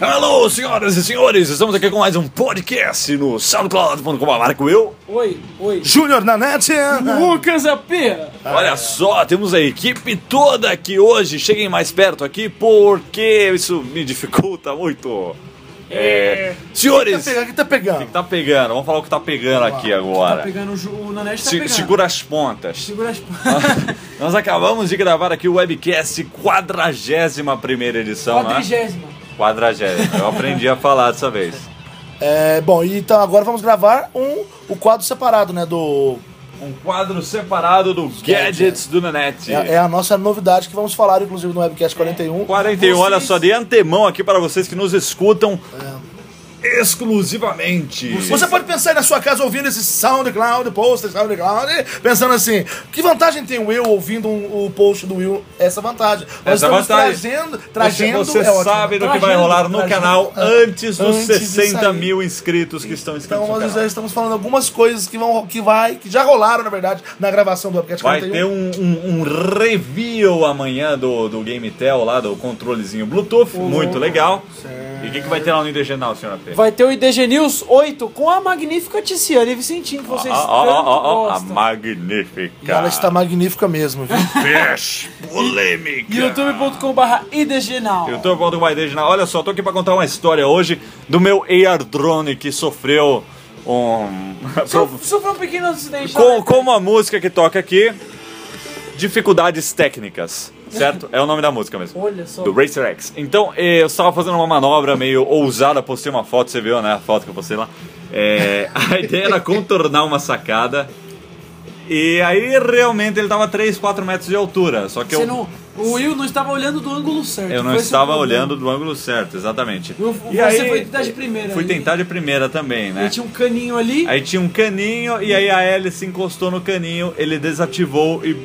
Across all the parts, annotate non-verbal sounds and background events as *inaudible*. Alô, senhoras e senhores, estamos aqui com mais um podcast no SoundCloud.com. Marco eu. Oi, oi. Tá. Júnior Nanete. Lucas AP. Olha só, temos a equipe toda aqui hoje. Cheguem mais perto aqui porque isso me dificulta muito. É, senhores, o O que tá pegando? O que que tá tá pegando? Vamos falar o que tá pegando aqui Tá agora. pegando o Ju- o Nanete tá Se- pegando. segura as pontas. Segura as Nós acabamos de gravar aqui o webcast 41 primeira edição, né? Quadrigésima. 40. Eu aprendi a falar dessa vez. pegando? É, bom, então agora vamos gravar um, o quadro separado, né? Do. Um quadro separado do Gadgets do Nanete. É, é a nossa novidade que vamos falar, inclusive, no Webcast 41. 41, Vocês- olha só, de antemão aqui para vocês que nos escutam exclusivamente. É. Você pode pensar aí na sua casa ouvindo esse SoundCloud, post SoundCloud, pensando assim, que vantagem tem o Will ouvindo um- o post do Will? Essa vantagem. Nós Essa estamos vantagem. trazendo, trazendo... você, você é ótimo. sabe do que vai Trajando, rolar no trajando. canal antes dos Antes de 60 sair. mil inscritos que estão inscritos Então no nós já canal. estamos falando algumas coisas que vão, que vai, que já rolaram, na verdade, na gravação do Webcast Vai 41. ter um, um- um review amanhã do, do Game Tel lá, do controlezinho Bluetooth, muito legal. E o que, que vai ter lá no IDGenal, senhora P? Vai ter o IDG News 8 com a magnífica Tiziane Vicentinho, que vocês Ó, ó, ó, tanto ó, ó, a gostam. E magnífica. ela está magnífica mesmo, viu? Peixe, polêmica. youtube.com.br IDGNow. Eu tô voltando com a Dejanal. Olha só, tô aqui pra contar uma história hoje do meu Air Drone que sofreu *laughs* um. Sof- Sofreu um pequeno acidente. com, como a música que toca aqui, dificuldades técnicas, certo? É o nome da música mesmo. Olha só. Do Racer X. Então, eh, eu estava fazendo uma manobra meio ousada, postei uma foto, você viu, né? A foto que eu postei lá. É, a *laughs* ideia era contornar uma sacada. E aí, realmente, ele tava 3, 4 metros de altura. Só que Você eu, não, o Will não estava olhando do ângulo certo. eu não foi assim, um- esse estava o problema. olhando do ângulo certo, exatamente. Eu- você foi tentar de primeira, Fui né? tentar de primeira também, né? Ele tinha um caninho ali. Aí tinha um caninho e aí a hélice encostou no caninho, ele desativou e.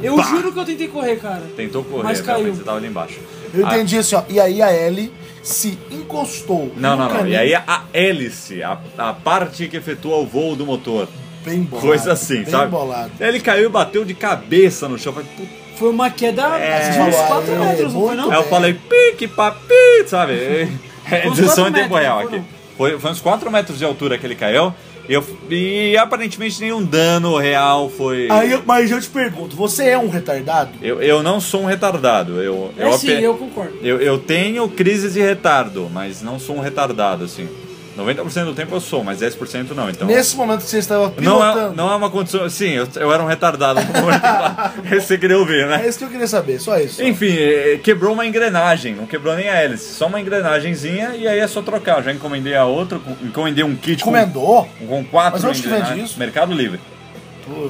eu pá! juro que eu tentei correr, cara. Tentou correr, Mas caiu. realmente, você tava ali embaixo. Eu Ah, entendi assim, ó. E aí a Ellie se encostou. Não, no não, não. caminho, E aí a hélice, a, a parte que efetua o voo do motor. Bem bolado, Coisa assim, bem sabe? Bolado. Ele caiu e bateu de cabeça no chão. Falei, "Puta". Foi uma queda de É, uns 4 é, metros, não foi muito não? Aí eu bem. falei, pique, papi, *laughs* sabe? É uns edição quatro em tempo metros, real não foi aqui. Foi, foi uns 4 metros de altura que ele caiu. E, eu- e aparentemente nenhum dano real foi. Aí eu- mas eu te pergunto, você é um retardado? Eu, eu não sou um retardado. Eu, É sim, ape- eu concordo. eu, eu tenho crises de retardo, mas não sou um retardado, assim. 90% do tempo eu sou, mas 10% não, então. Nesse momento que você estava não, pilotando. é, não é uma condição. Sim, eu, eu era um retardado *laughs* no momento. Você queria ouvir, né? É isso que eu queria saber, só isso. Enfim, eh, quebrou uma engrenagem, não quebrou nem a hélice, só uma engrenagemzinha e aí é só trocar. Eu já encomendei a outra, com- encomendei um kit Encomendou? com, com quatro Mas onde que vende engrenagens. isso? Mercado Livre.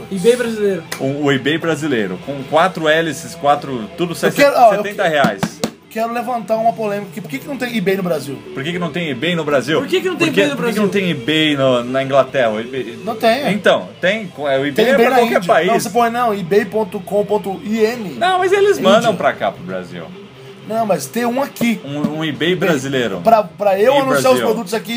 E bem brasileiro. Um- o eBay brasileiro, com quatro hélices, quatro. Tudo set- quero- ó, eu 70 reais. Quero levantar uma polêmica aqui. Por que, que não tem eBay no Brasil? Por que, que não tem eBay no Brasil? Por que que não tem Porque- eBay no Brasil? Por que que não tem eBay no- na Inglaterra? O eBay- Não tem. é. Então, tem. O eBay Tem é eBay pra na qualquer Índia. país. Não, você põe não, ebay.com.in. Não, mas É eles mandam Índia. pra cá, pro Brasil. Não, mas tem um aqui. Um, um eBay brasileiro. Pra, pra eu E anunciar os Brasil. produtos aqui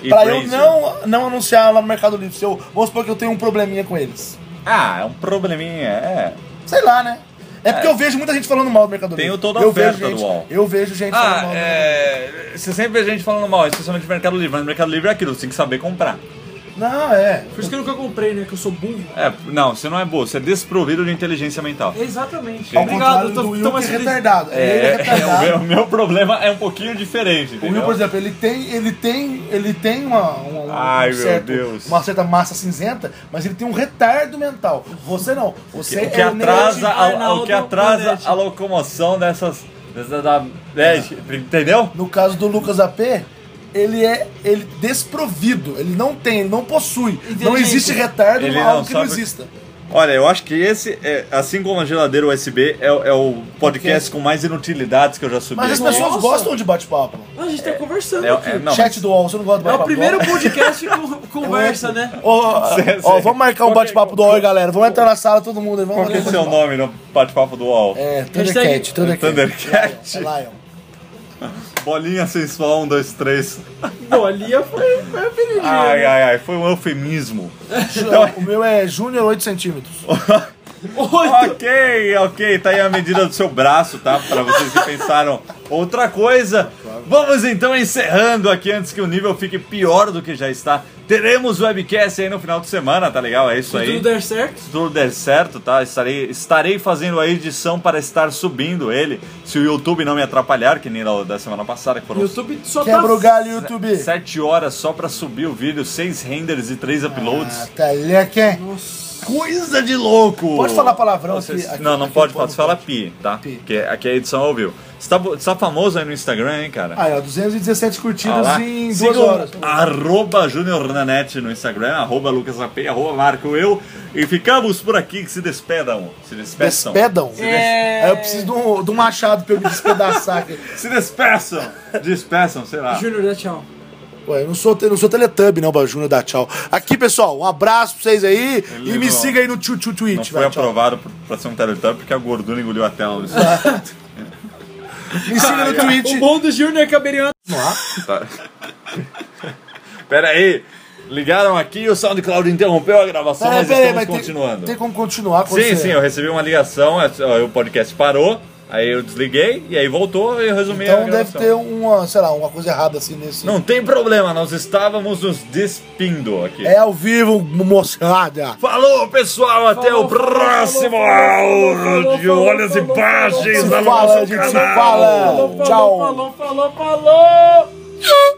e, E pra eu Brasil. não, não anunciar lá no Mercado Livre. Se eu, vamos supor que eu tenho um probleminha com eles. Ah, é um probleminha. É. Sei lá, né? É porque eu vejo muita gente falando mal do Mercado Tem o Livre. toda a eu oferta vejo gente, do UOL. Eu vejo gente falando Ah, mal. do Mercado é. Você sempre vê gente falando mal, especialmente no Mercado Livre. Mas no Mercado Livre é aquilo, você tem que saber comprar. Livre. Não, é. Por isso que eu nunca comprei, né? Que eu sou burro. É, não, você não é burro, você é desprovido de inteligência mental. Exatamente. Ao contrário do Will, que é retardado. ele é o, retardado. meu, o meu problema é um pouquinho diferente. O Will, Entendeu? por exemplo, ele tem, ele tem, ele tem uma, uma- um Ai, meu certo- Deus. uma certa massa cinzenta, mas ele tem um retardo mental. Você não. Você o que é atrasa, nerd. a, a- o que Arnaldo atrasa Bonetti. a locomoção dessas. dessa- da, é, entendeu? No caso do Lucas AP, ele é ele desprovido. Ele não tem, ele não possui. Não Inteligente. existe retardo Ele em não algo que não sabe o que- exista. Olha, eu acho que esse, é, assim como a geladeira USB, é, o- é o podcast Podcast. com mais inutilidades que eu já subi. Mas as aqui. pessoas Nossa. gostam de bate-papo. Não, a gente tá conversando É, aqui. é, não, Chat do UOL, você não gosta de É bate-papo? o primeiro *laughs* do UOL? podcast com *laughs* É conversa, né? Ó, ó, Zé, ó, Zé. vamos marcar Qual um que é- bate-papo do UOL, aí, galera. Vamos entrar na sala, todo mundo. aí, Vamos Qual que é fazer o um seu bate-papo. nome no bate-papo do UOL? É, Hashtag- Thundercat, Thundercat. Thundercat. É Lion. Bolinha sensual, um, dois, três. Bolinha foi, foi apelidinho. Ai, né? ai, ai, foi um eufemismo. Então, Ju- O meu é Júnior 8 centímetros. Oito. *laughs* Ok, ok, tá aí a medida do seu braço, tá? Pra vocês que pensaram outra coisa. Vamos então encerrando aqui antes que o nível fique pior do que já está. Teremos webcast aí no final de semana, tá legal? É isso Se aí. tudo der certo. Se tudo der certo, tá? Estarei, estarei fazendo a edição para estar subindo ele. Se o YouTube não me atrapalhar, que nem da, da semana passada, que O foram YouTube só Quebra tá. o galho, YouTube. 7 horas só pra subir o vídeo, 6 renders e 3 Ah, Ah, uploads. tá Taleca. Nossa. Coisa de louco! Pode falar palavrão Você- aqui, aqui, não, não aqui pode, pode, pode, falar pi, tá? Pi. Porque aqui é edição ao vivo. Você tá, você tá famoso aí no Instagram, hein, cara? Aí, ó, 217 Ah curtidas lá. em duas Sigam horas. arroba Junior Nanete no Instagram, arroba Lucas AP, arroba Marco eu. E ficamos por aqui que se despedam. Se despeçam. Despedam? É. Aí eu preciso de um, de um machado pra eu me despedaçar aqui. Se despeçam! Despeçam, sei lá. Júnior, dá tchau. Ué, eu não sou, te- não sou teletubb, não, Bajuna, dá tchau. Aqui, pessoal, um abraço pra vocês aí e me não- siga aí no tchu tchu Não tweet, foi vai, tchau. aprovado por- pra ser um Teletubb porque a gordura engoliu a tela. *laughs* Me siga no O tweet. bom do Júnior é que abriu uma- Tá. Pera aí. Ligaram aqui e o SoundCloud interrompeu a gravação, mas um estamos É, Ah, tem- continuando. Tem, como continuar com Sim, você. sim, eu recebi uma ligação, ó, o podcast parou, aí eu desliguei e aí voltou e eu resumi a Então deve gravação. ter uma, sei lá, uma coisa errada assim nesse. Não tem problema, nós estávamos nos despindo aqui. É ao vivo, moçada. Falou, pessoal, até Falou, o falou, próximo falou, falou, áudio. falou, falou, Olha as falou, imagens falou, lá no falou, nosso gente, canal. falou. Falou, falou, Tchau. falou, falou, falou.